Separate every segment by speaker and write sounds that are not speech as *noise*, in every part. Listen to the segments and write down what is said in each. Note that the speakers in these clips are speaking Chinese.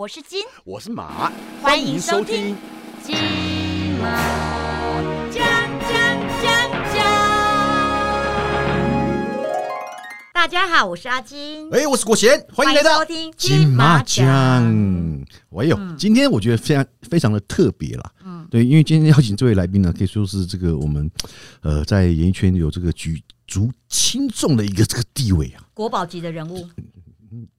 Speaker 1: 我是金，
Speaker 2: 我是马，
Speaker 1: 欢迎收听金马讲讲讲讲。大家好，我是阿金。
Speaker 2: 哎、我是国贤，欢迎来到
Speaker 1: 收听金马奖。。
Speaker 2: 哎呦，今天我觉得非常非常的特别啦。
Speaker 1: 嗯
Speaker 2: 对，因为今天邀请这位来宾呢，可以说是这个我们呃在演艺圈有这个举足轻重的一个这个地位啊。
Speaker 1: 国宝级的人物，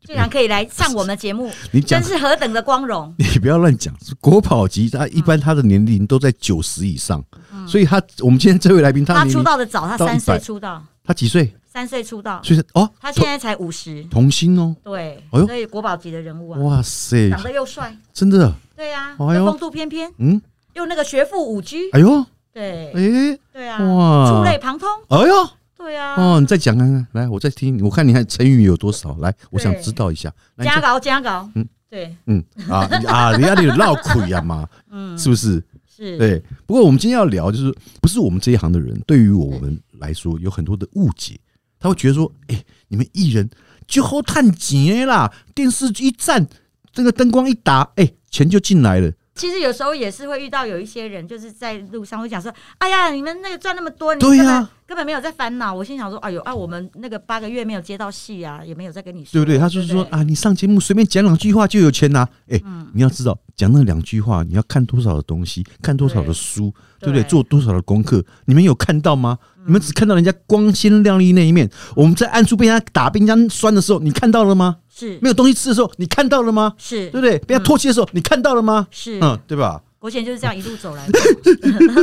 Speaker 1: 竟然可以来上我们的节目，
Speaker 2: 你
Speaker 1: 真
Speaker 2: 讲
Speaker 1: 是何等的光荣！
Speaker 2: 你不要乱讲，是国宝级，他一般他的年龄都在九十以上，所以他我们今天这位来宾，他
Speaker 1: 嗯他
Speaker 2: 的年
Speaker 1: 出
Speaker 2: 龄
Speaker 1: 道的早，他三岁
Speaker 2: 到100
Speaker 1: 出道，
Speaker 2: 他几岁？
Speaker 1: 三岁出道，
Speaker 2: 所以哦，
Speaker 1: 他现
Speaker 2: 童
Speaker 1: 在才五十，
Speaker 2: 童星哦，
Speaker 1: 对，
Speaker 2: 哎呦
Speaker 1: 所以国宝级的人物啊，
Speaker 2: 哇塞，
Speaker 1: 长得又帅，
Speaker 2: 真的，
Speaker 1: 对呀、
Speaker 2: 哎呦
Speaker 1: 又风度翩翩，
Speaker 2: 嗯，
Speaker 1: 又那个学富五居，
Speaker 2: 哎呦，
Speaker 1: 对、
Speaker 2: 哎，
Speaker 1: 对啊，
Speaker 2: 哇
Speaker 1: 触类旁通，
Speaker 2: 哎呦。
Speaker 1: 对啊，
Speaker 2: 哦，你再讲看看，来，我再听，我看你看成语有多少，来，我想
Speaker 1: 对
Speaker 2: 知道一下。来你
Speaker 1: 加
Speaker 2: 讲
Speaker 1: 搞加搞，
Speaker 2: 嗯
Speaker 1: 对，
Speaker 2: 嗯啊你啊，人家那个闹鬼呀嘛，
Speaker 1: *laughs* 嗯，
Speaker 2: 是不是？
Speaker 1: 是，
Speaker 2: 对。不过我们今天要聊，就是不是我们这一行的人，对于我
Speaker 1: 嗯
Speaker 2: 们来说有很多的误解，他会觉得说，哎，你们艺人就好探钱啦，电视一站，这个灯光一打，哎，钱就进来了。
Speaker 1: 其实有时候也是会遇到有一些人，就是在路上会讲说：“哎呀，你们那个赚那么多，你
Speaker 2: 对
Speaker 1: 根本、
Speaker 2: 呀
Speaker 1: 根本没有在烦恼。”我心想说：“哎呦，啊，我们那个八个月没有接到戏啊，也没有在跟你说，
Speaker 2: 对不对？他就是说
Speaker 1: 对
Speaker 2: 啊，你上节目随便讲两句话就有钱拿、哎、你要知道，讲那两句话，你要看多少的东西，看多少的书，对不对？嗯
Speaker 1: 对
Speaker 2: 做多少的功课？你们有看到吗？你们只看到人家光鲜亮丽那一面。我们在暗处被人家打、被人家酸的时候，你看到了吗？
Speaker 1: 是
Speaker 2: 没有东西吃的时候，你看到了吗？
Speaker 1: 是
Speaker 2: 对不对？被人家唾弃的时候，你看到了吗？
Speaker 1: 是。
Speaker 2: 嗯，对吧？
Speaker 1: 国贤就是这样一路走来。
Speaker 2: *laughs*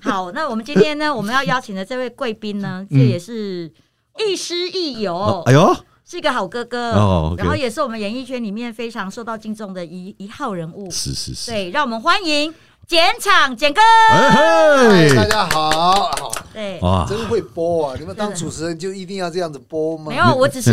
Speaker 1: 好，那我们今天呢，我们要邀请的这位贵宾呢，这也是亦师亦友，
Speaker 2: 哎呦，
Speaker 1: 是一个好哥哥，
Speaker 2: 哦，OK
Speaker 1: 然后也是我们演艺圈里面非常受到敬重的一一号人物。
Speaker 2: 是是是，
Speaker 1: 对，让我们欢迎简场简哥。
Speaker 2: 哎
Speaker 3: 大
Speaker 2: 嘿，
Speaker 3: 家好，好
Speaker 1: 对，
Speaker 2: 哇，
Speaker 3: 真会播啊！你们当主持人就一定要这样子播吗？
Speaker 1: 没有，我只是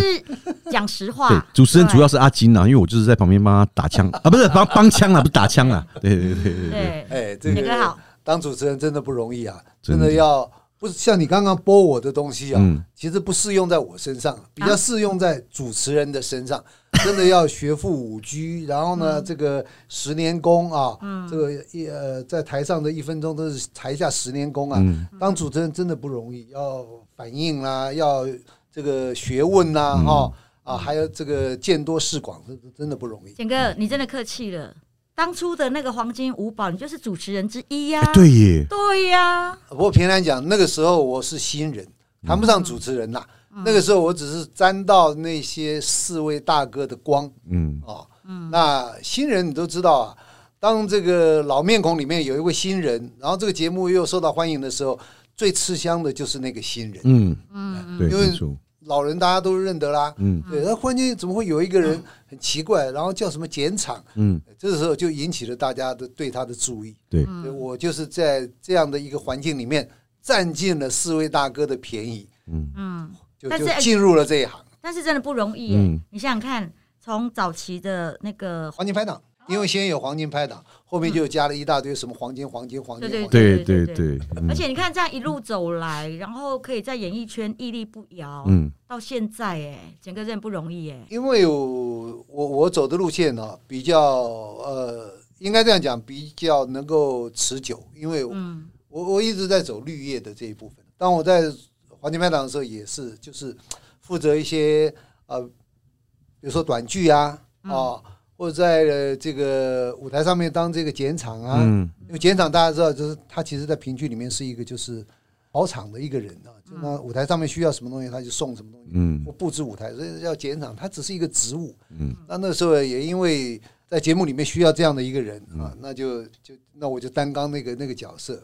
Speaker 1: 讲实话
Speaker 2: 对。，主持人
Speaker 1: 对
Speaker 2: 主要是阿金啊，因为我就是在旁边帮他打枪啊，不是帮帮枪啊，不是打枪啊，对对对对对，
Speaker 1: 对，
Speaker 3: 哎，这
Speaker 1: 哪个好
Speaker 3: 个当主持人真的不容易啊，
Speaker 2: 真
Speaker 3: 真
Speaker 2: 的
Speaker 3: 的要不是像你刚刚播我的东西
Speaker 2: 嗯
Speaker 3: 啊，其实不适用在我身上，啊比较适用在主持人的身上。真的要学富五居，然后呢，这个十年功啊，这个一呃，在台上的一分钟都是台下十年功啊。
Speaker 2: 嗯
Speaker 3: 当主持人真的不容易，要反应啦，要这个学问啦，
Speaker 2: 嗯
Speaker 3: 哈啊，还有这个见多识广，真真的不容易。
Speaker 1: 简哥，你真的客气了。当初的那个黄金五宝，你就是主持人之一呀、
Speaker 2: 哎对耶，
Speaker 1: 对呀、
Speaker 3: 不过平常讲，那个时候我是新人，
Speaker 2: 嗯
Speaker 3: 谈不上主持人呐、那个时候我只是沾到那些四位大哥的光
Speaker 2: 嗯，
Speaker 3: 哦。那新人你都知道啊，当这个老面孔里面有一位新人，然后这个节目又受到欢迎的时候，最吃香的就是那个新人。
Speaker 2: 嗯，
Speaker 1: 嗯，
Speaker 2: 对，
Speaker 3: 因为
Speaker 2: 没错，
Speaker 3: 老人大家都认得啦，
Speaker 2: 嗯
Speaker 3: 对。那关键怎么会有一个人很奇怪，然后叫什么简场？
Speaker 2: 嗯，
Speaker 3: 这时候就引起了大家的对他的注意。
Speaker 2: 对，
Speaker 1: 嗯
Speaker 3: 对我就是在这样的一个环境里面，占尽了四位大哥的便宜，
Speaker 1: 嗯，
Speaker 3: 就
Speaker 1: 但是
Speaker 3: 就进入了这一行。
Speaker 1: 但是真的不容易耶、
Speaker 2: 嗯
Speaker 1: 你想想看，从早期的那个，
Speaker 3: 黄金拍档，因为先有黄金拍档，后面就加了一大堆什么黄金、黄金、黄金、
Speaker 1: 对
Speaker 3: 黄金。
Speaker 2: 对对
Speaker 1: 对
Speaker 2: 对，嗯
Speaker 1: 而且你看这样一路走来，然后可以在演艺圈屹立不摇，
Speaker 2: 嗯
Speaker 1: 到现在哎，简哥真的不容易哎。
Speaker 3: 因为我我我走的路线呢、比较呃，应该这样讲，比较能够持久，因为我、
Speaker 1: 嗯
Speaker 3: 我我一直在走绿叶的这一部分。当我在黄金拍档的时候，也是就是负责一些呃，比如说短剧啊啊、或者在、呃、这个舞台上面当这个剪场啊。
Speaker 2: 嗯
Speaker 3: 因为剪场大家知道，就是他其实在评剧里面是一个就是跑场的一个人啊，就那舞台上面需要什么东西他就送什么东西，
Speaker 2: 嗯
Speaker 3: 或布置舞台，所以叫剪场，他只是一个职务。
Speaker 2: 嗯，
Speaker 3: 那那时候也因为在节目里面需要这样的一个人
Speaker 2: 嗯
Speaker 3: 啊，那就就那我就担纲那个那个角色了。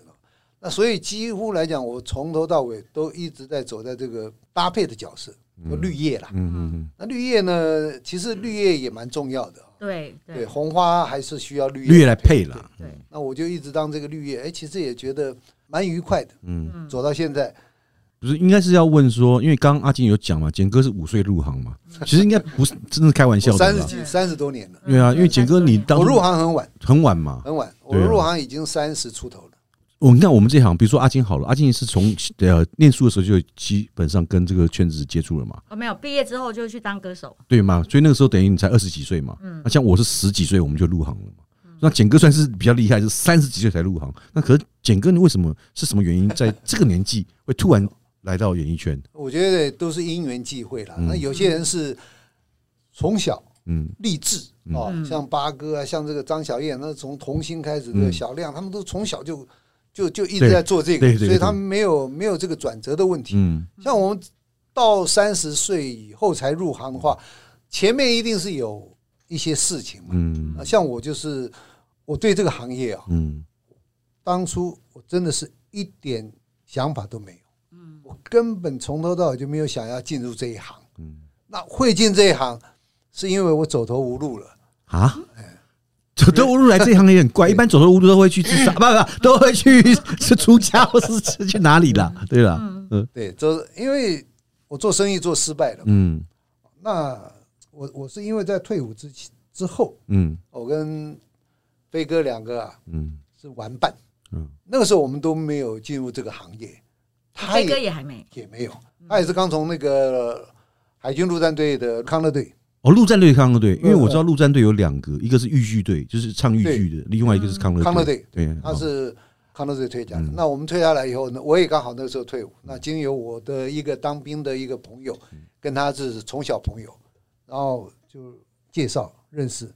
Speaker 3: 那所以几乎来讲，我从头到尾都一直在走在这个搭配的角色，就绿叶啦。
Speaker 2: 嗯
Speaker 3: 那绿叶呢，其实绿叶也蛮重要的啊，
Speaker 1: 对
Speaker 3: 对，
Speaker 1: 对
Speaker 3: 红花还是需要
Speaker 2: 嗯，
Speaker 3: 绿叶
Speaker 2: 绿叶来配啦，
Speaker 1: 对，
Speaker 3: 那我就一直当这个绿叶，哎，其实也觉得蛮愉快的。
Speaker 2: 嗯，
Speaker 1: 嗯
Speaker 3: 走到现在，
Speaker 2: 不是应该是要问说，因为刚刚阿金有讲嘛，简哥是五岁入行嘛，
Speaker 1: 嗯
Speaker 2: 其实应该不是真的开玩笑
Speaker 3: 我
Speaker 2: 的
Speaker 3: 三十
Speaker 2: 啦，
Speaker 3: 几、三十多年了，
Speaker 2: 对啊，因为简哥你当
Speaker 3: 我
Speaker 2: 初
Speaker 3: 入行很晚，
Speaker 2: 很晚嘛，
Speaker 3: 很晚，我
Speaker 2: 对啊
Speaker 3: 入行已经三十出头了。
Speaker 2: 我你看我们这行，比如说阿金好了，阿金是从呃念书的时候就基本上跟这个圈子接触了嘛，
Speaker 1: 哦我没有毕业之后就去当歌手，
Speaker 2: 对嘛？所以那个时候等于你才二十几岁嘛，那像我是十几岁我们就入行了嘛。那简哥算是比较厉害，是三十几岁才入行。那可是简哥，你为什么是什么原因，在这个年纪会突然来到演艺圈？
Speaker 3: 我觉得都是因缘际会啦。
Speaker 2: 嗯
Speaker 3: 那有些人是从小
Speaker 2: 嗯，
Speaker 3: 励志哦，像八哥啊，像这个张小燕，那从童星开始
Speaker 2: 嗯
Speaker 3: 的小亮，他们都从小就就就一
Speaker 2: 对
Speaker 3: 直在做这
Speaker 2: 对对
Speaker 3: 个，所
Speaker 2: 对
Speaker 3: 以他们没有没有这个转折的问题。
Speaker 2: 嗯，
Speaker 3: 像我们到三十岁以后才入行的话，前面一定是有一些事情嘛。
Speaker 2: 嗯
Speaker 3: 啊像我就是我对这个行业啊，
Speaker 2: 嗯
Speaker 3: 当初我真的是一点想法都没有，
Speaker 1: 嗯
Speaker 3: 我根本从头到尾就没有想要进入这一行。
Speaker 2: 嗯
Speaker 3: 那会进这一行，是因为我走投无路了。
Speaker 2: 啊，走投无路来这一行也很怪，一般走投无路都会去自杀，不不不，都会去是出家或是是去哪里啦？对啦，嗯
Speaker 3: 对，走，因为我做生意做失败了。
Speaker 2: 嗯
Speaker 3: 那我我是因为在退伍之前之后，
Speaker 2: 嗯
Speaker 3: 我跟飞哥两个啊
Speaker 2: 嗯
Speaker 3: 是玩伴。
Speaker 2: 嗯，
Speaker 3: 那个时候我们都没有进入这个行业，他
Speaker 1: 飞哥
Speaker 3: 也
Speaker 1: 也还没，
Speaker 3: 也没有，他也是刚从那个海军陆战队的康乐队，
Speaker 2: 哦，陆战队、康乐队，因为我知道陆战队有两个，一个是豫剧队，就是唱豫剧的，另外一个是嗯康乐队
Speaker 3: 康乐队
Speaker 2: 对，
Speaker 3: 他是康乐队退下的
Speaker 2: 哦嗯。
Speaker 3: 那我们退下来以后呢，我也刚好那个时候退伍，那经由我的一个当兵的一个朋友，
Speaker 2: 嗯
Speaker 3: 跟他是从小朋友，然后就介绍认识，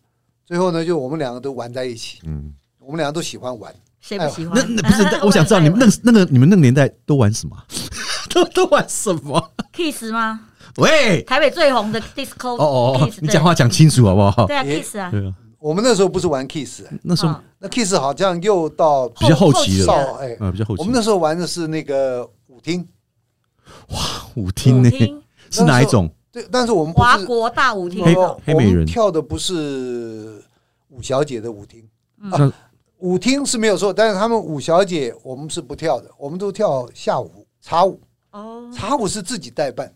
Speaker 3: 最后呢，就我们两个都玩在一起，
Speaker 2: 嗯，
Speaker 3: 我们两个都喜欢玩。
Speaker 1: 谁不喜欢
Speaker 2: 那？哎那不
Speaker 1: *laughs*
Speaker 2: 是，我想知道你们那那个你们那个年代都玩什么 *laughs* 啊？都都玩什么？ *laughs*
Speaker 1: Kiss 吗？
Speaker 2: 喂，
Speaker 1: 台北最红的 disco
Speaker 2: 哦哦哦
Speaker 1: Kiss，，
Speaker 2: 你讲话讲清楚好不好？
Speaker 1: 对啊
Speaker 3: 也
Speaker 1: Kiss 啊，
Speaker 2: 对啊，
Speaker 3: 我们那时候不是玩 Kiss，
Speaker 2: 那时候
Speaker 1: 嗯
Speaker 3: 那 Kiss 好像又到
Speaker 2: 比较后期
Speaker 1: 后
Speaker 2: 了，
Speaker 3: 少哎，
Speaker 2: 啊，比较后期
Speaker 3: 我。们那时候玩的是那个舞厅，
Speaker 2: 舞厅呢哎
Speaker 1: 舞厅
Speaker 2: 是哪一种？
Speaker 3: 对，但是我们不
Speaker 1: 华
Speaker 3: 是
Speaker 1: 国大舞厅哦
Speaker 2: 黑
Speaker 3: 我们
Speaker 2: 黑美人
Speaker 3: 跳的不是舞小姐的舞厅，
Speaker 1: 嗯
Speaker 3: 啊
Speaker 2: 像
Speaker 3: 舞厅是没有错，但是他们舞小姐我们是不跳的，我们都跳下舞、茶舞，
Speaker 2: 呃
Speaker 1: 哦，
Speaker 3: 茶舞是自己代办，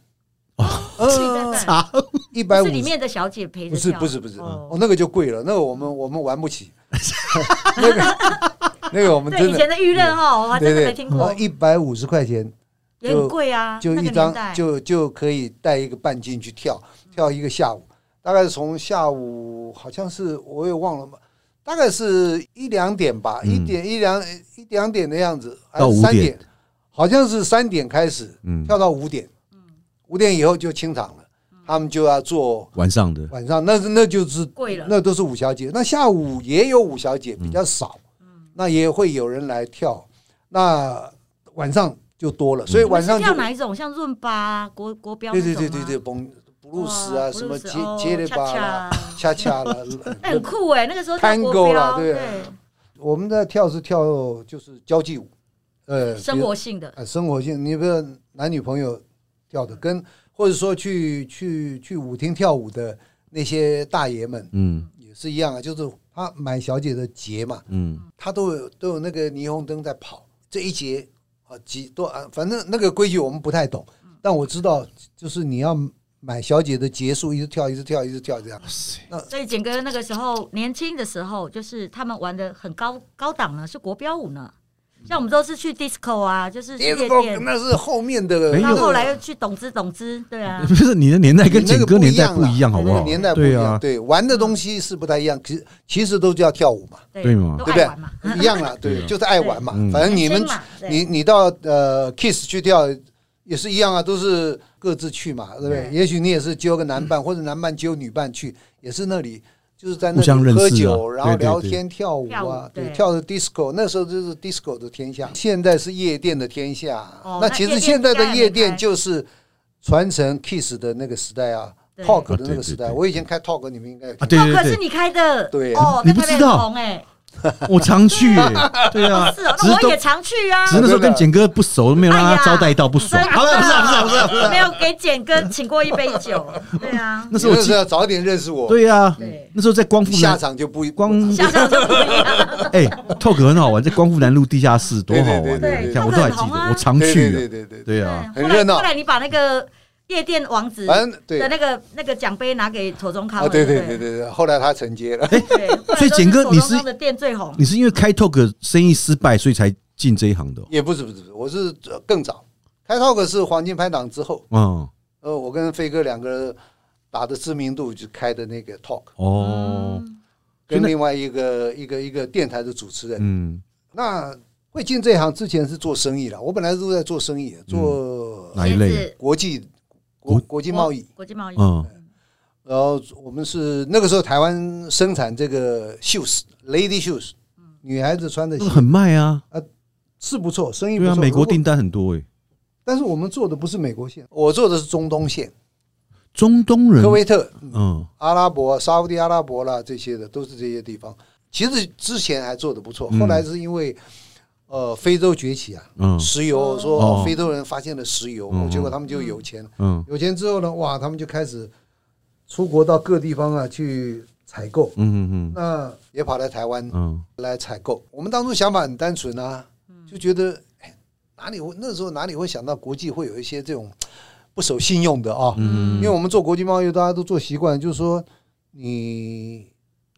Speaker 2: 哦
Speaker 3: 嗯
Speaker 1: 自己在办
Speaker 2: 啊，
Speaker 3: 一百
Speaker 1: 不
Speaker 3: 五
Speaker 1: 是里面的小姐陪着
Speaker 3: 不是
Speaker 1: 跳
Speaker 3: 不是不是，
Speaker 1: 哦
Speaker 3: 哦，那个就贵了，那个我们我们玩不起， *laughs* 那个那个我们
Speaker 1: 对
Speaker 3: 真
Speaker 1: 以前
Speaker 3: 的嗯哦
Speaker 1: 的娱乐哈，我还真的没听过，
Speaker 3: 一百五十块钱
Speaker 1: 也很贵啊，
Speaker 3: 就
Speaker 1: 那
Speaker 3: 一
Speaker 1: 个
Speaker 3: 张
Speaker 1: 年代
Speaker 3: 就就可以带一个半径去跳，跳一个下午，大概是从下午好像是我也忘了嘛，大概是一两点吧，
Speaker 2: 嗯
Speaker 3: 一点一两一两点的样子，还是
Speaker 2: 到五
Speaker 3: 三
Speaker 2: 点
Speaker 3: 点，好像是三点开始
Speaker 2: 嗯，
Speaker 3: 跳到五点，五点以后就清场了，
Speaker 1: 嗯
Speaker 3: 他们就要做
Speaker 2: 晚上的
Speaker 3: 晚上，那是那就是
Speaker 1: 贵了，
Speaker 3: 那都是舞小姐，那下午也有舞小姐，
Speaker 2: 嗯
Speaker 3: 比较少，
Speaker 1: 嗯
Speaker 3: 那也会有人来跳，那晚上就多了，所以
Speaker 1: 你们
Speaker 3: 晚
Speaker 1: 是
Speaker 3: 上就
Speaker 1: 跳哪一种？像润巴啊、国国标那
Speaker 3: 对
Speaker 1: 种
Speaker 3: 对
Speaker 1: 吗
Speaker 3: 对对对，，蹦布鲁斯
Speaker 1: 哇
Speaker 3: 啊，什么
Speaker 1: 布
Speaker 3: 杰
Speaker 1: 鲁斯哦
Speaker 3: 杰雷巴
Speaker 1: 恰
Speaker 3: 啦
Speaker 1: 恰，
Speaker 3: 恰恰啦，
Speaker 1: 哎很酷哎，那个时候跳
Speaker 3: Tango
Speaker 1: 国标
Speaker 3: 啦对 *laughs* 啊我们在跳是跳就是交际舞，呃，
Speaker 1: 生活性的
Speaker 3: 呃生活性，你比如男女朋友跳的，跟或者说去去去舞厅跳舞的那些大爷们
Speaker 2: 嗯
Speaker 3: 也是一样啊，就是他买小姐的节嘛，
Speaker 2: 嗯
Speaker 3: 他都有都有那个霓虹灯在跑，这一节啊几多啊，反正那个规矩我们不太懂，但我知道就是你要买小姐的节数，一直跳，一直跳，一直跳这样。呃
Speaker 1: 所以简哥那个时候年轻的时候，就是他们玩的很高高档呢，是国标舞呢。像我们都是去 disco 啊，就是去
Speaker 3: 第
Speaker 1: 夜
Speaker 3: 二个
Speaker 1: 店，
Speaker 3: 嗯那是后面的，
Speaker 2: 没有啊
Speaker 1: 然后后来又去懂之懂之，对啊
Speaker 2: *laughs* 不，是你的年代跟
Speaker 3: 你那
Speaker 2: 简
Speaker 3: 个
Speaker 2: 哥
Speaker 3: 不
Speaker 2: 年
Speaker 3: 一
Speaker 2: 代
Speaker 3: 样
Speaker 2: 不一样，好不
Speaker 3: 那
Speaker 2: 好？
Speaker 3: 个年代不一
Speaker 2: 对
Speaker 3: 样，
Speaker 2: 啊，
Speaker 3: 对玩的东西是不太一样，其实其实都叫跳舞嘛，
Speaker 2: 嗯对嘛
Speaker 1: 都
Speaker 3: 对不
Speaker 1: 爱玩嘛，
Speaker 3: 对？ *laughs* 一
Speaker 2: *laughs*
Speaker 3: 样啦，对，就是爱玩嘛
Speaker 2: 嗯。
Speaker 3: 反正你们
Speaker 1: 年轻嘛对
Speaker 3: 你你到呃 Kiss 去跳也是一样啊，都是各自去嘛，对不对？
Speaker 1: 对
Speaker 3: 也许你也是揪个男伴，或者男伴揪女伴去，也是那里就是在那
Speaker 2: 互相认
Speaker 3: 里
Speaker 2: 识啊
Speaker 3: 喝酒，然后
Speaker 2: 对对
Speaker 3: 聊天跳舞
Speaker 1: 跳舞
Speaker 3: 啊，对
Speaker 1: 对，
Speaker 3: 跳的 disco，那时候就是 disco 的天下，现在是夜店的天下
Speaker 1: 哦。那
Speaker 3: 其
Speaker 1: 夜
Speaker 3: 实
Speaker 1: 店
Speaker 3: 现在的
Speaker 1: 现在
Speaker 3: 夜
Speaker 1: 没
Speaker 3: 店
Speaker 1: 开
Speaker 3: 就是传承 Kiss 的那个时代啊
Speaker 1: 对
Speaker 3: ，Talk 的那个时
Speaker 2: 啊
Speaker 3: 代。
Speaker 2: 对对对
Speaker 3: 我以前开 Talk，你们应该有
Speaker 2: 啊
Speaker 3: 听
Speaker 2: 对
Speaker 1: 哦，可
Speaker 2: 对
Speaker 1: 是
Speaker 2: 对，
Speaker 1: 你开的，
Speaker 3: 对啊
Speaker 1: 哦，
Speaker 2: 你不知道
Speaker 1: 哎，
Speaker 2: 我常去， *laughs* 对
Speaker 1: *laughs*
Speaker 2: 啊，
Speaker 1: 哦是哦，那
Speaker 2: 只是
Speaker 1: 我
Speaker 2: 都
Speaker 1: 也常去啊
Speaker 2: 只，是那时候跟简哥不熟，没有让
Speaker 1: 哎
Speaker 2: 他
Speaker 1: 呀
Speaker 2: 招待到不爽。
Speaker 1: 真的
Speaker 2: 好了，不是啊不是啊不是啊不是啊，
Speaker 1: 没有给简哥请过一杯
Speaker 2: *laughs*
Speaker 1: 酒，对啊，
Speaker 2: 那时候
Speaker 3: 你
Speaker 2: 我
Speaker 3: 那
Speaker 2: 记
Speaker 3: 时候要早点认识我，
Speaker 2: 对呀
Speaker 1: 对，
Speaker 2: 那时候在光复
Speaker 3: 下
Speaker 2: 南
Speaker 3: 场就不一
Speaker 2: 光
Speaker 1: 想想就不一样，
Speaker 2: 哎，Talk 很好玩，在光复南路地下室多好
Speaker 3: 对
Speaker 2: 玩
Speaker 3: 对
Speaker 2: 啊！
Speaker 3: 对
Speaker 2: 你
Speaker 3: 对
Speaker 2: 看
Speaker 1: 对
Speaker 2: 我都还
Speaker 1: 那
Speaker 2: 记
Speaker 1: 很红
Speaker 2: 得，
Speaker 1: 啊
Speaker 2: 我常
Speaker 3: 对对
Speaker 2: 去
Speaker 3: 对
Speaker 2: 啊。
Speaker 3: 对对对，
Speaker 2: 对啊，
Speaker 1: 对
Speaker 3: 很热闹
Speaker 1: 后来后来你把那个夜店王子
Speaker 3: 反正对
Speaker 1: 的那个那个奖杯拿给左宗康
Speaker 3: 啊，
Speaker 1: 了，
Speaker 3: 对对
Speaker 1: 对
Speaker 3: 对对
Speaker 1: 对
Speaker 3: 对，后来他承接了，
Speaker 2: 哎
Speaker 1: 对，
Speaker 2: 所以简哥
Speaker 1: 不然都
Speaker 2: 你
Speaker 1: 左宗
Speaker 2: 是
Speaker 1: 康的店最红，
Speaker 2: 你是因为开 Talk 生意失败，所以才进这一行的
Speaker 3: *laughs*
Speaker 2: 哦
Speaker 3: 也不是不是不是，我是呃更早开 talk 是黄金拍档之后，
Speaker 2: 哦？
Speaker 3: 呃，我跟飞哥两个人打的知名度就开的那个 talk，
Speaker 2: 嗯，哦，
Speaker 3: 跟
Speaker 2: 真的
Speaker 3: 另外一个一个一个电台的主持人。
Speaker 2: 嗯，
Speaker 3: 那会进这行之前是做生意的，我本来都在做生意，做
Speaker 2: 哪一类？
Speaker 1: 鞋子
Speaker 3: 国际国
Speaker 2: 嗯国
Speaker 3: 国际贸易。
Speaker 1: 国际贸易，
Speaker 2: 嗯
Speaker 3: 然后我们是那个时候台湾生产这个 shoes lady shoes，女孩子穿的
Speaker 2: 那
Speaker 3: 鞋
Speaker 2: 个很卖啊，
Speaker 3: 是不错，生意不
Speaker 2: 对
Speaker 3: 错。
Speaker 2: 啊，美国
Speaker 3: 如果
Speaker 2: 订单很多哎诶，
Speaker 3: 但是我们做的不是美国线，我做的是中东线，
Speaker 2: 中东人
Speaker 3: 科，威特、
Speaker 2: 嗯
Speaker 3: 阿拉伯、沙烏地阿拉伯啦，这些的都是这些地方。其实之前还做的不错，
Speaker 2: 嗯
Speaker 3: 后来是因为呃非洲崛起啊，
Speaker 2: 嗯
Speaker 3: 石油说
Speaker 2: 哦
Speaker 3: 非洲人发现了石油，
Speaker 2: 嗯
Speaker 3: 结果他们就有钱了，
Speaker 2: 嗯
Speaker 3: 有钱之后呢，哇，他们就开始出国到各地方啊去采购，
Speaker 2: 嗯嗯
Speaker 3: 那也跑来台湾
Speaker 2: 嗯嗯
Speaker 3: 来采购。我们当初想法很单纯啊，就觉得哎哪里会那时候哪里会想到国际会有一些这种不守信用的啊？因
Speaker 2: 嗯，
Speaker 3: 为我们做国际贸易，大家都做习惯，就是说你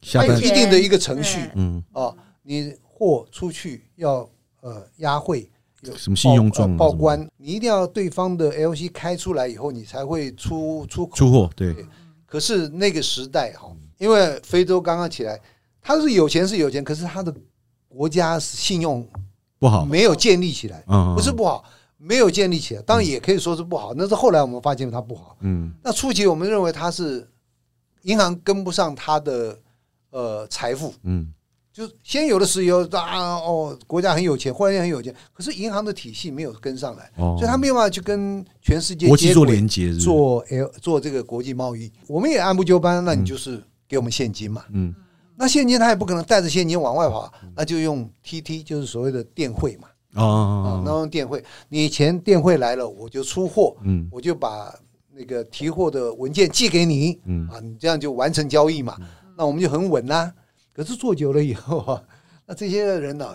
Speaker 2: 下
Speaker 3: 它有
Speaker 2: 单
Speaker 1: 而，且
Speaker 3: 一定的一个程序
Speaker 1: 对
Speaker 2: 嗯，
Speaker 3: 啊，你货出去要呃押汇，有
Speaker 2: 什么信用状啊
Speaker 3: 报呃报
Speaker 2: 什么
Speaker 3: 关，你一定要对方的 LC 开出来以后，你才会出出口。
Speaker 2: 出货，对，
Speaker 3: 可是那个时代哈，因为非洲刚刚起来，他是有钱是有钱，可是他的国家信用
Speaker 2: 不好，
Speaker 3: 没有建立起来，
Speaker 2: 嗯，嗯
Speaker 3: 不是，不好，没有建立起来，当然也可以说是不好，那是后来我们发现它不好。
Speaker 2: 嗯
Speaker 3: 那初期我们认为它是银行跟不上它的呃财富，
Speaker 2: 嗯
Speaker 3: 就是先有的石油啊哦，国家很有钱，忽然间很有钱，可是银行的体系没有跟上来，
Speaker 2: 哦，
Speaker 3: 所以它没有办法去跟全世界
Speaker 2: 国际
Speaker 3: 接
Speaker 2: 做
Speaker 3: 轨
Speaker 2: 连接，是不是，
Speaker 3: 做 L 做这个国际贸易，我们也按部就班，那你就是给我们现金嘛。
Speaker 2: 嗯
Speaker 3: 那现金他也不可能带着现金往外跑，那就用 TT，就是所谓的电汇嘛。
Speaker 2: 哦
Speaker 3: 啊
Speaker 2: 哦，，
Speaker 3: 那
Speaker 2: 哦
Speaker 3: 用电汇，你钱电汇来了，我就出货，
Speaker 2: 嗯
Speaker 3: 我就把那个提货的文件寄给你，
Speaker 2: 嗯
Speaker 3: 啊，你这样就完成交易嘛，那我们就很稳啦、可是做久了以后啊，那这些人呢、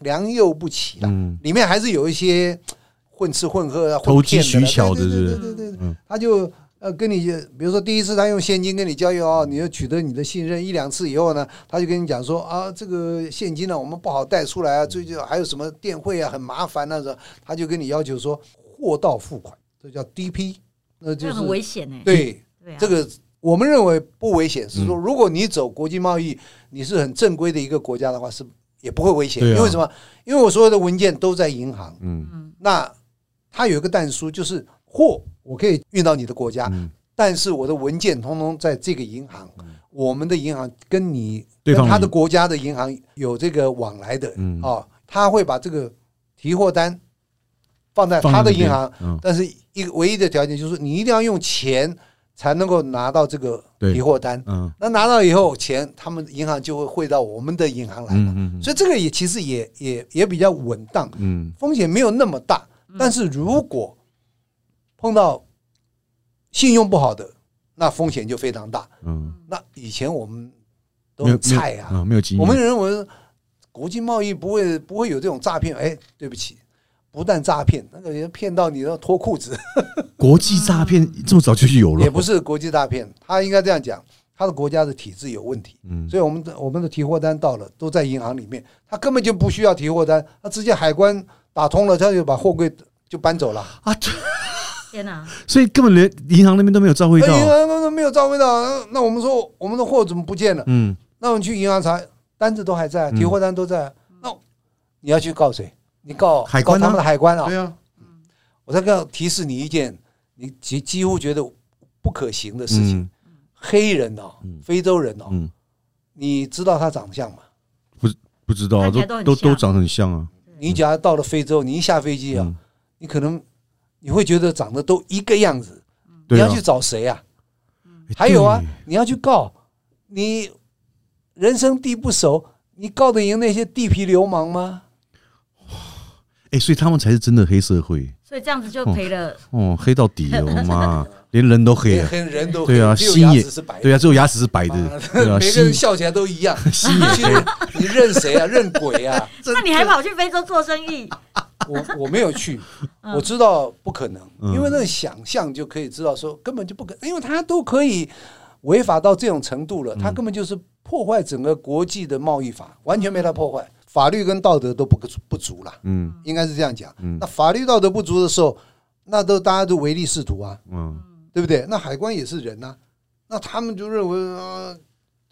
Speaker 3: 良莠不齐啦，
Speaker 2: 嗯
Speaker 3: 里面还是有一些混吃混喝啊、
Speaker 2: 偷
Speaker 3: 混骗
Speaker 2: 鸡
Speaker 3: 的啦
Speaker 2: 取巧的
Speaker 3: 对对
Speaker 2: 是
Speaker 3: 对
Speaker 1: 不
Speaker 3: 对
Speaker 1: 是
Speaker 3: 对对
Speaker 2: 嗯
Speaker 3: 他就呃跟你，比如说第一次他用现金跟你交易哦，你就取得你的信任，一两次以后呢，他就跟你讲说啊，这个现金呢我们不好带出来啊，最近还有什么电汇啊很麻烦那、啊、种，他就跟你要求说货到付款，这叫 DP，那就
Speaker 1: 这
Speaker 3: 是
Speaker 1: 很危险哎。
Speaker 3: 对。
Speaker 1: 对啊，
Speaker 3: 这个我们认为不危险，是
Speaker 2: 嗯
Speaker 3: 说如果你走国际贸易，你是很正规的一个国家的话，是也不会危险。
Speaker 2: 对啊
Speaker 3: 因为什么？因为我所有的文件都在银行，
Speaker 2: 嗯
Speaker 3: 那它有一个淡书，就是货我可以运到你的国家，
Speaker 2: 嗯，
Speaker 3: 但是我的文件通通在这个银行，我们的银行跟你
Speaker 2: 对
Speaker 3: 跟
Speaker 2: 方
Speaker 3: 他的
Speaker 2: 银
Speaker 3: 国家的银行有这个往来的，
Speaker 2: 嗯
Speaker 3: 哦，他会把这个提货单放在
Speaker 2: 放在
Speaker 3: 他的
Speaker 2: 那边
Speaker 3: 银行，
Speaker 2: 嗯
Speaker 3: 但是一个唯一的条件就是你一定要用钱才能够拿到这个
Speaker 2: 对
Speaker 3: 提货单。
Speaker 2: 嗯
Speaker 3: 那拿到以后，钱他们银行就会汇到我们的银行来嘛。
Speaker 2: 嗯嗯
Speaker 3: 所以这个也其实也也也比较稳当，
Speaker 2: 嗯
Speaker 3: 风险没有那么大。但是如果碰到信用不好的，那风险就非常大。
Speaker 2: 嗯，
Speaker 3: 那以前我们都
Speaker 2: 没有
Speaker 3: 很菜啊，
Speaker 2: 啊，没有经验，
Speaker 3: 我们认为国际贸易不会不会有这种诈骗。哎，对不起，不但诈骗，那个人骗到你要脱裤子，
Speaker 2: 国际诈骗这么早就有了，
Speaker 3: 也不是国际诈骗，他应该这样讲，他的国家的体制有问题。
Speaker 2: 嗯，
Speaker 3: 所以我们的我们的提货单到了，都在银行里面，他根本就不需要提货单，他直接海关打通了，他就把货柜就搬走了。
Speaker 2: 啊，
Speaker 1: 天哪，
Speaker 2: 所以根本连银行那边都没有照会
Speaker 3: 那银
Speaker 2: 到，
Speaker 3: 行那没有照味道，那那我们说我们的货怎么不见了？
Speaker 2: 嗯，
Speaker 3: 那我们去银行查，单子都还在，啊
Speaker 2: 嗯
Speaker 3: 提货单都在。那你要去告谁？你告
Speaker 2: 海关啊
Speaker 3: 告他们的海关啊！
Speaker 2: 对啊，
Speaker 3: 我再告提示你一件，你几几乎觉得不可行的事情。
Speaker 2: 嗯
Speaker 3: 黑人哦，
Speaker 2: 嗯
Speaker 3: 非洲人哦，
Speaker 2: 嗯，
Speaker 3: 你知道他长相吗？
Speaker 2: 不知道啊，
Speaker 1: 看起
Speaker 2: 都
Speaker 1: 来都很
Speaker 2: 都都
Speaker 1: 像
Speaker 2: 长得很像啊，
Speaker 3: 你只要到了非洲，你一下飞机啊，
Speaker 2: 嗯
Speaker 3: 你可能你会觉得长得都一个样子，你
Speaker 2: 对啊
Speaker 3: 要去，找谁啊？
Speaker 2: 哎
Speaker 3: 还有啊
Speaker 2: 对，
Speaker 3: 你要去告，你人生地不熟，你告得赢那些地痞流氓吗？
Speaker 2: 哎，所以他们才是真的黑社会，
Speaker 1: 所以这样子就赔
Speaker 3: *laughs*
Speaker 1: 了。
Speaker 2: 哦，黑到底了，我妈，连人都黑
Speaker 3: 连
Speaker 2: 了，
Speaker 3: 很人都
Speaker 2: 对啊
Speaker 3: 只有
Speaker 2: 心
Speaker 3: 牙
Speaker 2: 也
Speaker 3: 齿是白的，
Speaker 2: 对啊，只有牙齿是白
Speaker 3: 妈
Speaker 2: 的，对
Speaker 3: 的 *laughs*
Speaker 2: 啊，
Speaker 3: 每个人
Speaker 2: 心
Speaker 3: 笑起来都一样。
Speaker 2: 心
Speaker 3: *laughs*
Speaker 2: 也
Speaker 3: 其实你认谁啊？认鬼啊？
Speaker 1: 那你还跑去非洲做生意？
Speaker 3: 我我没有去，
Speaker 1: 嗯
Speaker 3: 我知道不可能，
Speaker 2: 嗯
Speaker 3: 因为那个想象就可以知道说根本就不可，因为他都可以
Speaker 2: 嗯
Speaker 3: 违法到这种程度了，他根本就是破坏整个国际的贸易法，完全被他破坏。法律跟道德都不不足了，
Speaker 2: 嗯
Speaker 3: 应该是这样讲。
Speaker 2: 嗯
Speaker 3: 那法律道德不足的时候，那都大家都唯利是图啊，
Speaker 2: 嗯
Speaker 3: 对不对？那海关也是人呐、那他们就认为、呃、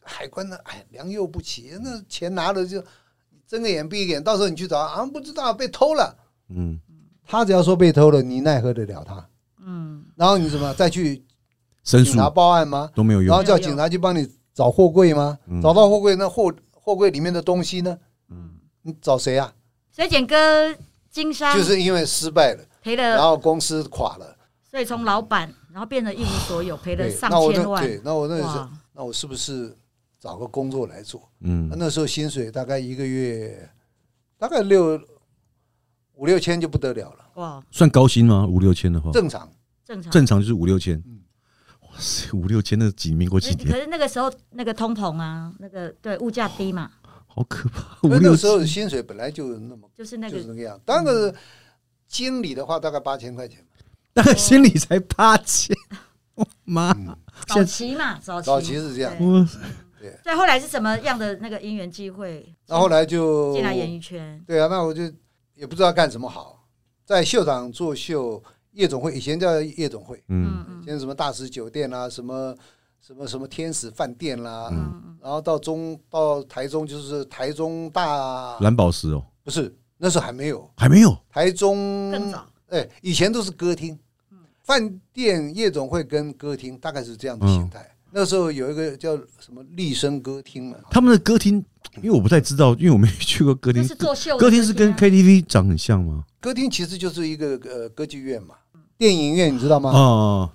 Speaker 3: 海关呢，哎，良莠不齐，那钱拿了就睁个眼闭一个眼，到时候你去找啊，不知道被偷了，
Speaker 2: 嗯，
Speaker 3: 他只要说被偷了，你奈何得了他？
Speaker 1: 嗯，
Speaker 3: 然后你怎么再去
Speaker 2: 申
Speaker 3: 警
Speaker 2: 诉
Speaker 3: 察报案吗？
Speaker 2: 都没有
Speaker 3: 然
Speaker 2: 用
Speaker 3: 后，叫警察去帮你找货柜吗？
Speaker 2: 嗯
Speaker 3: 找到货柜，那货货柜里面的东西呢？
Speaker 2: 嗯
Speaker 3: 你找谁啊？
Speaker 1: 所以简哥经商
Speaker 3: 就是因为失败了，
Speaker 1: 赔
Speaker 3: 然
Speaker 1: 了，
Speaker 3: 后公司垮了，
Speaker 1: 所以从老板然后变得一无所有，赔了
Speaker 3: 对，
Speaker 1: 上
Speaker 3: 哎那我
Speaker 1: 千
Speaker 3: 那
Speaker 1: 万。
Speaker 3: 对，那我那时候
Speaker 1: 哇，
Speaker 3: 那我是不是找个工作来做？
Speaker 2: 嗯
Speaker 3: 那时候薪水大概一个月大概六五六千就不得了
Speaker 2: 哦
Speaker 3: 了，
Speaker 1: 哇，
Speaker 2: 算高薪吗？五六千的话，
Speaker 3: 正常。
Speaker 1: 正常。
Speaker 2: 正常就是五六千
Speaker 3: 嗯。
Speaker 2: 哇塞，五六千那几民国
Speaker 1: 可
Speaker 2: 几
Speaker 1: 是可
Speaker 2: 年，
Speaker 1: 是那个时候那个通膨啊，那个对物价低嘛，
Speaker 2: 好可怕！五
Speaker 3: 那
Speaker 2: 六
Speaker 3: 个时
Speaker 2: 千
Speaker 3: 候的薪水本来就那么
Speaker 1: 就是那
Speaker 3: 就
Speaker 1: 个嗯
Speaker 3: 是那个样，当然经理的话大概八千块钱吧，
Speaker 2: 大概心里才八千，我
Speaker 3: 哦
Speaker 2: 妈！
Speaker 1: 早期嘛，早期
Speaker 3: 早期是这样。
Speaker 1: 哦对
Speaker 2: 我
Speaker 1: 所以后来是什么样的那个因缘机会？
Speaker 3: 那后来就
Speaker 1: 进来演艺圈，
Speaker 3: 对啊，那我就也不知道干什么好，在秀场做秀，夜总会以前叫夜总会，
Speaker 2: 嗯
Speaker 1: 嗯嗯
Speaker 3: 现在什么大使酒店啦、什么什么什么天使饭店啦、
Speaker 1: 嗯
Speaker 3: 然后到中到台中就是台中大，
Speaker 2: 蓝宝石哦，
Speaker 3: 不是那时候还没有
Speaker 2: 还没有
Speaker 3: 台
Speaker 1: 嗯，
Speaker 3: 中，
Speaker 1: 更早，嗯
Speaker 3: 哎，以前都是歌厅、饭店、夜总会跟歌厅，大概是这样的形态。那时候有一个叫什么丽声歌厅
Speaker 1: 哦
Speaker 3: 嘛，
Speaker 2: 他们的歌厅，因为我不太知道，因为我没去过歌
Speaker 1: 那
Speaker 2: 厅
Speaker 1: 是。做秀的
Speaker 2: 嗯歌厅是跟
Speaker 1: 啊
Speaker 2: KTV 长很像吗？
Speaker 3: 歌厅其实就是一个呃歌剧院嘛，电影院你知道吗？
Speaker 2: 哦，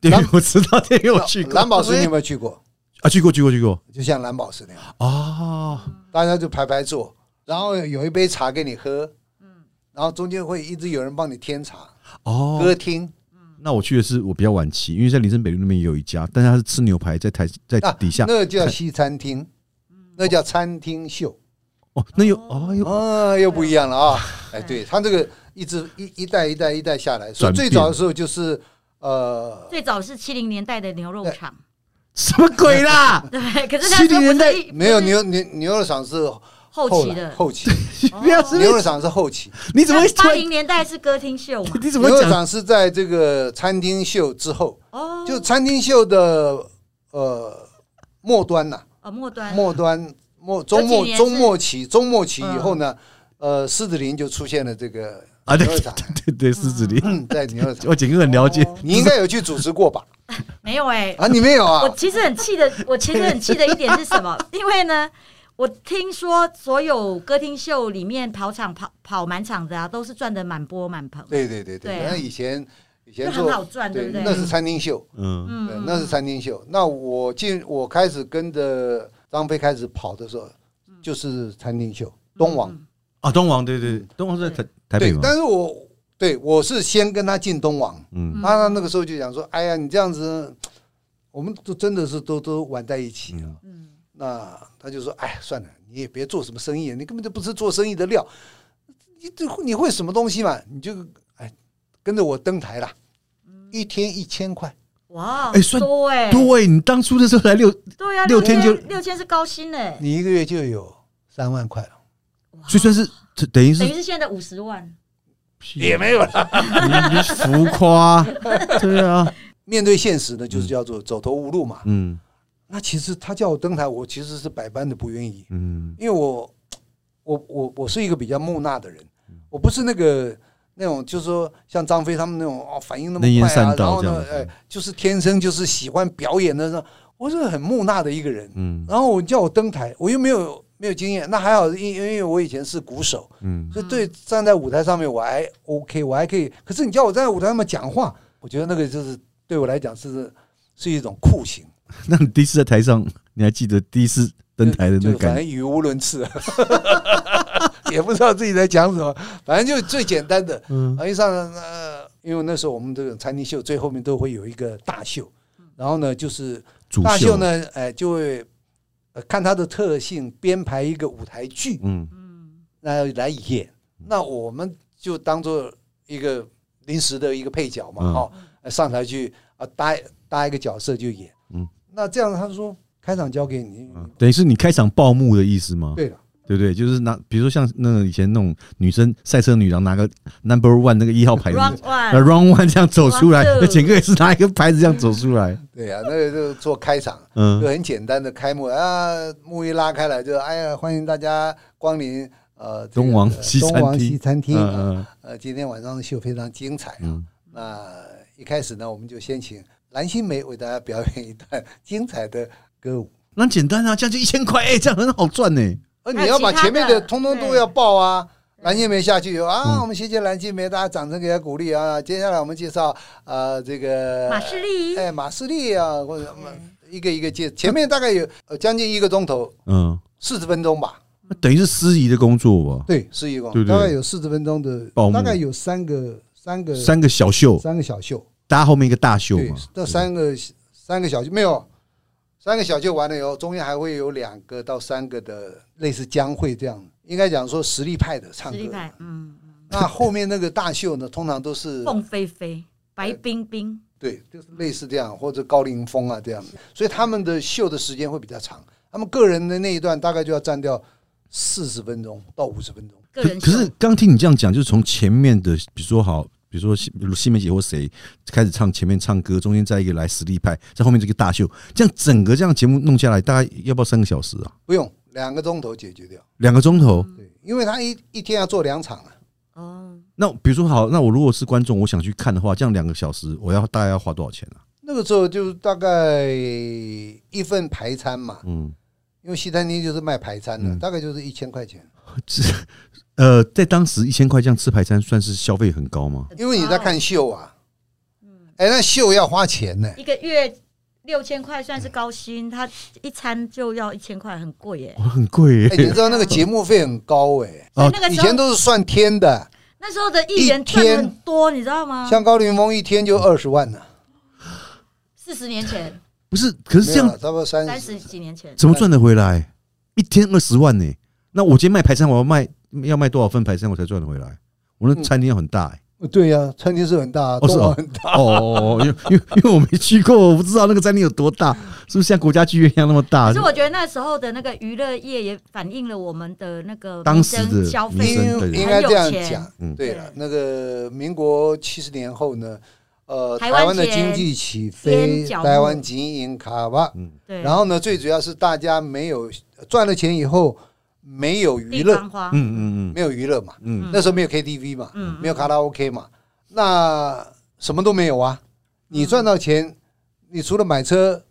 Speaker 2: 电
Speaker 3: 蓝
Speaker 2: 影我知道，电影我去过。
Speaker 3: 嗯蓝宝石你有没有去过？
Speaker 2: 啊，去过，去过，去过。
Speaker 3: 就像蓝宝石那样，
Speaker 2: 哦，
Speaker 3: 大家就排排坐，然后有一杯茶给你喝，然后中间会一直有人帮你添茶。歌
Speaker 2: 哦，
Speaker 3: 厅
Speaker 2: 那我去的是我比较晚期，因为在林森北路那边也有一家，但是他是吃牛排，在台在
Speaker 3: 啊，
Speaker 2: 底下
Speaker 3: 那叫西餐厅，那叫餐厅秀，
Speaker 2: 哦，那有哦有
Speaker 3: 啊，又不一样
Speaker 2: *laughs*
Speaker 3: 了啊！哎，对他这个一直一一代一代一代下来，所
Speaker 2: 转
Speaker 3: 以
Speaker 2: 变
Speaker 3: 最早的时候就是呃，
Speaker 1: 最早是七零年代的牛肉厂，
Speaker 2: 什么鬼啦？
Speaker 3: 哦
Speaker 1: 对，可是那时候
Speaker 2: 70年
Speaker 1: 不
Speaker 2: 代
Speaker 1: 是一
Speaker 3: 没有牛牛牛肉厂是
Speaker 1: 后
Speaker 3: 后
Speaker 1: 期
Speaker 3: 来
Speaker 1: 的，
Speaker 3: 后期，
Speaker 2: 不要是
Speaker 3: 牛肉厂是后期，
Speaker 2: 你怎么会突
Speaker 1: 八
Speaker 2: 然
Speaker 1: 零年代是歌厅秀嘛？
Speaker 2: 你怎么
Speaker 3: 牛
Speaker 2: 会
Speaker 3: 肉
Speaker 2: 讲？
Speaker 3: 厂是在这个餐厅秀之后，
Speaker 1: 哦，
Speaker 3: 就餐厅秀的呃末端呐、
Speaker 1: 哦末端，
Speaker 3: 末端末
Speaker 1: 这
Speaker 3: 周
Speaker 1: 几
Speaker 3: 末
Speaker 1: 年是嗯
Speaker 3: 周末期周末期以后呢，呃，狮子林就出现了这个 *clears throat*
Speaker 2: 啊，对
Speaker 3: 牛肉厂
Speaker 2: 对对对，狮子林，
Speaker 3: 嗯哦在牛肉厂，
Speaker 2: 我简哥很了解。
Speaker 3: 你应该有去主持过吧？
Speaker 1: 没有哎、
Speaker 3: 啊，你没有
Speaker 1: 我
Speaker 3: 啊？
Speaker 1: 其实很气的，我其实很气的一点是什么？因为呢，我听说所有歌厅秀里面跑场跑跑满场的啊，都是赚的满钵满盆，
Speaker 3: 对对对
Speaker 1: 对啊
Speaker 3: 那以前以
Speaker 1: 就
Speaker 3: 前
Speaker 1: 很好
Speaker 3: 做
Speaker 1: 赚，对不对？
Speaker 3: 那是餐厅秀，
Speaker 2: 嗯
Speaker 3: 对
Speaker 1: 嗯，，
Speaker 3: 那是餐厅秀。那我进我开始跟着张飞开始跑的时候，
Speaker 1: 嗯
Speaker 3: 就是餐厅秀东王。
Speaker 2: 啊，东王对对，对东王是在台台北
Speaker 3: 对，
Speaker 2: 吗？
Speaker 3: 但是我对我是先跟他进东网，
Speaker 2: 嗯
Speaker 3: 他那个时候就讲说，哎呀，你这样子，我们都真的是都都玩在一起啊。
Speaker 1: 嗯，
Speaker 3: 那他就说，哎，算了，你也别做什么生意，你根本就不是做生意的料，你这你会什么东西嘛？你就哎跟着我登台啦，一天一千块，
Speaker 1: 哇，
Speaker 2: 哎算
Speaker 1: 多哎、
Speaker 2: 对，你当初的时候才六，
Speaker 3: 嗯
Speaker 1: 对啊，
Speaker 2: 六
Speaker 1: 六
Speaker 2: 天就
Speaker 1: 六千是高薪哎、
Speaker 3: 你一个月就有三万块了，
Speaker 2: 所以算是这等于
Speaker 1: 等于
Speaker 2: 是
Speaker 1: 是现在的五十万，
Speaker 3: 也没有了。
Speaker 2: 你浮
Speaker 3: *laughs*
Speaker 2: 夸，对啊，
Speaker 3: 面对现实呢，就是叫做走投无路嘛。
Speaker 2: 嗯
Speaker 3: 那其实他叫我登台，我其实是百般的不愿意。
Speaker 2: 嗯
Speaker 3: 因为我我我我是一个比较木讷的人，我不是那个那种就是说像张飞他们那种哦反应那么
Speaker 2: 内烟
Speaker 3: 快啊，
Speaker 2: 散道
Speaker 3: 然后
Speaker 2: 这
Speaker 3: 呢
Speaker 2: 样，子
Speaker 3: 哎，就是天生就是喜欢表演的那种，我是很木讷的一个人。
Speaker 2: 嗯
Speaker 3: 然后我叫我登台，我又没有没有经验，那还好，因因为我以前是鼓手，
Speaker 2: 嗯，
Speaker 3: 所以对站在舞台上面我还 OK，我还可以。可是你叫我站在舞台上面讲话，我觉得那个就是对我来讲是是一种酷刑，
Speaker 2: 那你第一次在台上，你还记得第一次登台的那
Speaker 3: 就
Speaker 2: 个
Speaker 3: 反
Speaker 2: 感觉？
Speaker 3: 正语无伦次， *laughs* 也不知道自己在讲什么，反正就最简单的。
Speaker 2: 嗯
Speaker 3: 啊，一上呃，因为那时候我们这个餐厅秀最后面都会有一个大秀，然后呢就是
Speaker 2: 主
Speaker 3: 大
Speaker 2: 嗯
Speaker 3: 秀
Speaker 2: 秀？
Speaker 3: 呢，哎、就会、呃、看它的特性编排一个舞台剧，
Speaker 2: 嗯
Speaker 3: 那来演。那我们就当做一个临时的一个配角嘛，
Speaker 2: 嗯
Speaker 3: 哦，呃上台去啊、搭搭一个角色就演。
Speaker 2: 嗯，
Speaker 3: 那这样他说开场交给你，
Speaker 2: 嗯等于是你开场报幕的意思吗？
Speaker 3: 对了，
Speaker 2: 对不对？就是拿，比如说像那个以前那种女生赛车女郎拿个 number one 那个一号牌子
Speaker 1: Round
Speaker 2: 那
Speaker 1: one，
Speaker 2: round one 这样走出来
Speaker 1: Round，two
Speaker 2: 那简哥也是拿一个牌子这样走出来，
Speaker 3: 对呀、那个就做开场，
Speaker 2: 嗯
Speaker 3: 就很简单的开幕啊，幕一拉开来就哎呀，欢迎大家光临呃这个
Speaker 2: 东王
Speaker 3: 呃
Speaker 2: 西餐
Speaker 3: 东王
Speaker 2: 厅
Speaker 3: 西餐厅、啊
Speaker 2: 嗯
Speaker 3: 呃，今天晚上的秀非常精彩啊。
Speaker 2: 嗯
Speaker 3: 那一开始呢，我们就先请蓝心湄为大家表演一段精彩的歌舞。
Speaker 2: 那很简单啊，这样就一千块，哎，这样很好赚呢、
Speaker 3: 呃，
Speaker 1: 还有
Speaker 3: 你要把
Speaker 1: 其他
Speaker 3: 前面
Speaker 1: 的
Speaker 3: 的通通都要报啊。蓝心湄下去以后啊，我们谢谢蓝心湄，大家掌声给她鼓励啊。接下来我们介绍呃这个
Speaker 1: 马士利
Speaker 3: 哎马士利啊，或者一个一个介，前面大概有呃将近一个钟头，
Speaker 2: 嗯，
Speaker 3: 四十分钟吧。
Speaker 2: 那等于是司仪的工作吧，
Speaker 3: 对，是一个
Speaker 2: 对对
Speaker 3: 大概有四十分钟的
Speaker 2: 报，幕
Speaker 3: 大概有三个三个
Speaker 2: 三个小秀
Speaker 3: 三个小秀，
Speaker 2: 搭后面一个大秀
Speaker 3: 对
Speaker 2: 嘛，，
Speaker 3: 这三个三个小秀没有，三个小秀完了以后，中间还会有两个到三个的类似江会这样，应该讲说实力派的唱
Speaker 1: 实
Speaker 3: 歌
Speaker 1: 力。派，嗯，
Speaker 3: 那后面那个大秀呢，通常都是啊
Speaker 1: 凤飞飞，白冰冰，
Speaker 3: 对，就是类似这样，或者高凌风啊这样，所以他们的秀的时间会比较长，他们个人的那一段大概就要占掉四十分钟到五十分钟。
Speaker 1: 个
Speaker 2: 可
Speaker 1: 人
Speaker 2: 可
Speaker 1: 秀
Speaker 2: 是刚听你这样讲，就是从前面的，比如说好，比如说西西梅姐或谁开始唱前面唱歌，中间再一个来实力派，在后面这个大秀，这样整个这样节目弄下来，大概要不要三个小时啊？
Speaker 3: 不用两个钟头解决掉，
Speaker 2: 两个钟头？
Speaker 3: 对，因为他一一天要做两场啊，
Speaker 1: 哦，
Speaker 2: 那比如说好，那我如果是观众，我想去看的话，这样两个小时，我要大概要花多少钱啊？
Speaker 3: 那个时候就大概一份排餐嘛，
Speaker 2: 嗯，
Speaker 3: 因为西餐厅就是卖排餐的，
Speaker 2: 嗯
Speaker 3: 大概就是一千块钱。
Speaker 2: 呃，在当时一千块这样吃排餐，算是消费很高
Speaker 1: 哦
Speaker 2: 吗？
Speaker 3: 因为你在看秀啊，
Speaker 1: 嗯
Speaker 3: 哎、那秀要花钱呢、
Speaker 1: 一个月六千块算是高薪，他一餐就要一千块，很贵耶。
Speaker 2: 哇，很贵耶、
Speaker 3: 哎、你知道那个节目费很高哎、
Speaker 1: 所以
Speaker 2: 哦
Speaker 1: 那个
Speaker 3: 以
Speaker 1: 时
Speaker 3: 前
Speaker 1: 候，
Speaker 3: 都是算天的，
Speaker 1: 那时候的艺人赚
Speaker 3: 一天
Speaker 1: 得很多，你知道吗？
Speaker 3: 像高凌风一天
Speaker 2: 嗯
Speaker 3: 就二十万呢、
Speaker 1: 四十年前，
Speaker 2: 不是，可是
Speaker 3: 没
Speaker 2: 这
Speaker 3: 有啊
Speaker 2: 样
Speaker 3: 了差不多三
Speaker 1: 三
Speaker 3: 十
Speaker 1: 十。几年前，
Speaker 2: 怎么赚得回来？一天二十万呢、那我今天卖排餐，我要卖要卖多少份排餐我才赚得回来？我那餐厅要很大、欸，
Speaker 3: 对呀、餐厅是很大，啊
Speaker 2: 哦是
Speaker 3: 东
Speaker 2: 哦
Speaker 3: 莞嗯很大。
Speaker 2: 哦哦哦，因为因为因为我没去过，我不知道那个餐厅有多大，是不是像国家剧院一样那么大
Speaker 3: 啊
Speaker 1: 可是？我觉得那时候的那个娱乐业也反映了我们的那个
Speaker 2: 当时的
Speaker 1: 民生消费
Speaker 2: 民生
Speaker 3: 应
Speaker 2: 对
Speaker 3: 应该这样讲
Speaker 2: 嗯，
Speaker 3: 对了，那个民国七十年后呢，呃，
Speaker 1: 台
Speaker 3: 台
Speaker 1: 湾
Speaker 3: 湾的
Speaker 1: 钱
Speaker 3: 经济起
Speaker 1: 边
Speaker 3: 飞，
Speaker 1: 角
Speaker 3: 台
Speaker 1: 木
Speaker 3: 湾金银卡吧，
Speaker 1: 对，
Speaker 3: 然后呢，最主要是大家没有赚了钱以后没有娱
Speaker 1: 地
Speaker 3: 乐，
Speaker 1: 方花，
Speaker 2: 嗯嗯
Speaker 3: 没有娱乐嘛，
Speaker 2: 嗯
Speaker 3: 那时候没有 KTV 嘛，
Speaker 1: 嗯
Speaker 3: 没有卡拉 OK 嘛，那什么都没有啊。你赚到钱，你除了买车，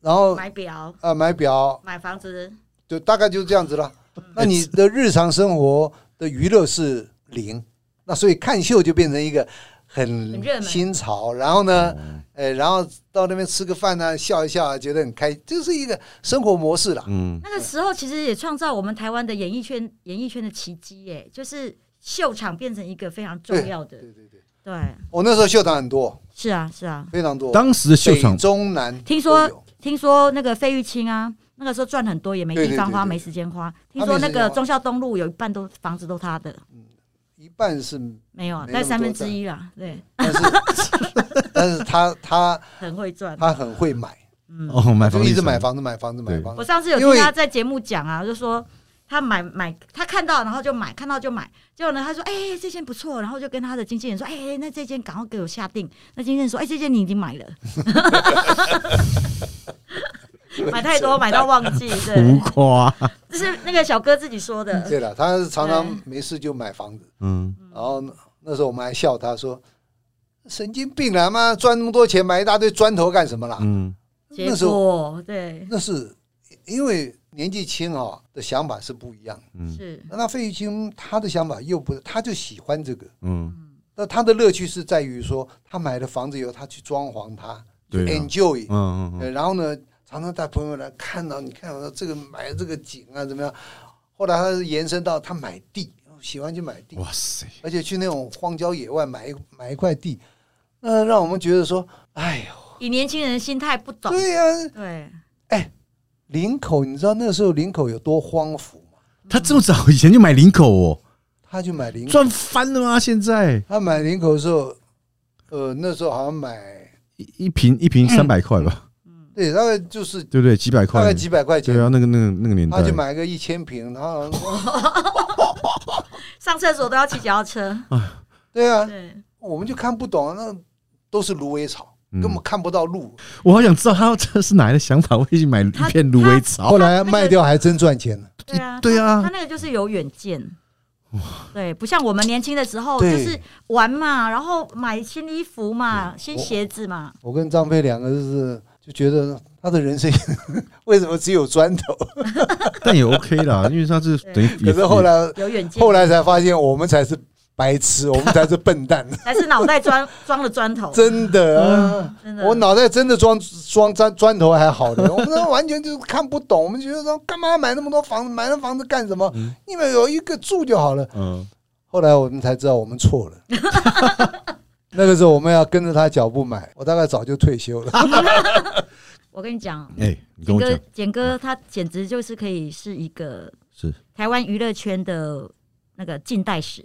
Speaker 3: 然后
Speaker 1: 买表、
Speaker 3: 呃买表，
Speaker 1: 买房子，
Speaker 3: 就大概就是这样子了。那你的日常生活的娱乐是零，那所以看秀就变成一个
Speaker 1: 很热门
Speaker 3: 很新潮，然后呢，
Speaker 2: 嗯
Speaker 3: 呃，然后到那边吃个饭呢，笑一笑啊，觉得很开，这是一个生活模式啦。
Speaker 2: 嗯
Speaker 1: 那个时候其实也创造我们台湾的演艺圈演艺圈的奇迹，耶，就是秀场变成一个非常重要的，
Speaker 3: 对对对，
Speaker 1: 对，
Speaker 3: 我那时候秀场很多，
Speaker 1: 是啊，是啊。
Speaker 3: 非常多
Speaker 2: 嗯，，当时的秀场
Speaker 3: 北中南
Speaker 1: 听
Speaker 3: 都有
Speaker 1: 说听说那个费玉清啊，那个时候赚很多，也没
Speaker 3: 对
Speaker 1: 地
Speaker 3: 对
Speaker 1: 方
Speaker 3: 对
Speaker 1: 花，
Speaker 3: 对
Speaker 1: 没时间花。听
Speaker 3: 他
Speaker 1: 说
Speaker 3: 没
Speaker 1: 那
Speaker 3: 时
Speaker 1: 个
Speaker 3: 间花
Speaker 1: 忠孝东路有一半都房子都他的，
Speaker 3: 一半是
Speaker 1: 没有啊，
Speaker 3: 没那
Speaker 1: 但
Speaker 3: 么
Speaker 1: 三
Speaker 3: 多
Speaker 1: 分之
Speaker 3: 的
Speaker 1: 一啦，对，
Speaker 3: 但是 *laughs* 但是他他
Speaker 1: 很会赚。嗯
Speaker 3: 他很会买，
Speaker 2: 哦，买房
Speaker 3: 就
Speaker 2: 地
Speaker 3: 一直
Speaker 2: 产
Speaker 3: 买，房子买房子买
Speaker 2: 对
Speaker 3: 房
Speaker 1: 我
Speaker 3: 子。
Speaker 1: 上次有
Speaker 3: 因
Speaker 1: 听
Speaker 3: 为
Speaker 1: 他在节目讲啊，就说他买买，他看到然后就买，看到就买。结果呢，他说：“哎、这件不错。”然后就跟他的经纪人说：“哎、那这件赶快给我下定。”那经纪人说：“哎、这件你已经买了， *laughs* 买太多，买到忘
Speaker 3: *laughs*
Speaker 1: 记。”
Speaker 2: 浮
Speaker 1: 对，
Speaker 2: 夸，
Speaker 1: 这是那个小哥自己说的。
Speaker 3: 对了，他常常
Speaker 1: 对
Speaker 3: 没事就买房子，
Speaker 2: 嗯，
Speaker 3: 然后那那时候我们还笑他说：“神经病啦，妈赚那么多钱买一大堆砖头干什么啦
Speaker 2: 嗯，？”
Speaker 1: 结
Speaker 3: 那时候
Speaker 1: 果对，
Speaker 3: 那是因为年纪轻啊的想法是不一样的。
Speaker 1: 是
Speaker 3: 那费玉清他的想法又不，他就喜欢这个。
Speaker 2: 嗯，
Speaker 3: 那他的乐趣是在于说，他买了房子以后，他去装潢它，去
Speaker 2: 对啊
Speaker 3: enjoy，
Speaker 2: 嗯嗯嗯，
Speaker 3: 呃，然后呢，常常带朋友来看到，你看到这个买这个景啊怎么样？后来他是延伸到他买地，喜欢去买地，
Speaker 2: 哇塞，
Speaker 3: 而且去那种荒郊野外买一买一块地，那让我们觉得说，哎呦，
Speaker 1: 以年轻人的心态不懂，
Speaker 3: 对呀、
Speaker 1: 对，
Speaker 3: 林口，你知道那时候林口有多荒芜吗？
Speaker 2: 他这么早以前就买领口哦，
Speaker 3: 他去买林口，
Speaker 2: 赚翻了吗？现在
Speaker 3: 他买林口的时候，呃，那时候好像买
Speaker 2: 一一瓶一瓶三百块吧，
Speaker 1: 嗯，
Speaker 3: 对，大概就是
Speaker 2: 对不对？几百块
Speaker 3: 大，概几百块钱
Speaker 2: 对，啊，那个那个那个年代
Speaker 3: 他，就买个一千平，然后
Speaker 1: 上厕所都要骑脚踏车，
Speaker 3: 对啊，
Speaker 1: 对，
Speaker 3: 我们就看不懂，那都是芦苇草，
Speaker 2: 嗯
Speaker 3: 根本看不到路。
Speaker 2: 我好想知道他这是哪来的想法，会去买一片芦苇
Speaker 3: 后
Speaker 2: 草？
Speaker 3: 来卖掉还真赚钱呢。
Speaker 1: 对啊，
Speaker 2: 对啊
Speaker 1: 他他那个就是有远见。对，不像我们年轻的时候，就
Speaker 3: 对
Speaker 1: 是玩嘛，然后买新衣服嘛，新鞋子嘛，
Speaker 3: 我跟张飞两个就是就觉得他的人生 *laughs* 为什么只有砖头？
Speaker 2: 但也 OK 啦，因为他是等于也
Speaker 3: 可是后来
Speaker 1: 有远见，
Speaker 3: 后来才发现，我们才是白痴，我们才是笨蛋，
Speaker 1: 还是脑袋装 *laughs* 装了砖头，
Speaker 3: 真的啊！
Speaker 1: 真的。
Speaker 3: 我脑袋真的装装砖砖头还好的，我们完全就是看不懂。我们觉得说干嘛买那么多房子，买那房子干什么？你们有一个住就好了。
Speaker 2: 嗯，
Speaker 3: 后来我们才知道我们错了。那个时候我们要跟着他脚步买，我大概早就退休了。
Speaker 1: 我跟你讲，
Speaker 2: 哎，你跟
Speaker 1: 简
Speaker 2: 我讲
Speaker 1: 哥，简哥他简直就是可以是一个
Speaker 2: 是
Speaker 1: 台湾娱乐圈的那个近代史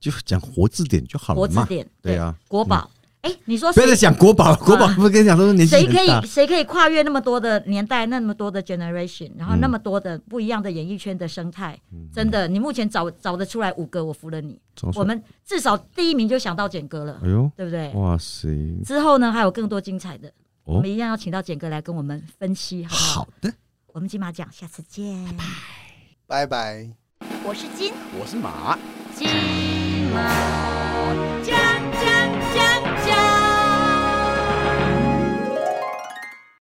Speaker 2: 就讲活字典就好
Speaker 1: 国
Speaker 2: 了
Speaker 1: 字
Speaker 2: 嘛，
Speaker 1: 典，
Speaker 2: 对啊，
Speaker 1: 国宝。哎，你说
Speaker 2: 不要
Speaker 1: 谁
Speaker 2: 再讲国宝，国宝不是跟你讲都是年纪
Speaker 1: 谁
Speaker 2: 很
Speaker 1: 可
Speaker 2: 大
Speaker 1: 以，谁可以跨越那么多的年代，那么多的 generation，然后那么多的不一样的演艺圈的生态？真的，你目前找找得出来五个，我服了你。
Speaker 2: 找出
Speaker 1: 我们至少第一名就想到简哥了
Speaker 2: 哎，呦，
Speaker 1: 对不对？
Speaker 2: 哇塞，
Speaker 1: 之后呢，还有更多精彩的，
Speaker 2: 哦
Speaker 1: 我们一样要请到简哥来跟我们分析，好不好？
Speaker 2: 好的。
Speaker 1: 我们金马奖下次见，
Speaker 3: 拜拜。
Speaker 1: 我是金，
Speaker 4: 我是马。
Speaker 1: 金。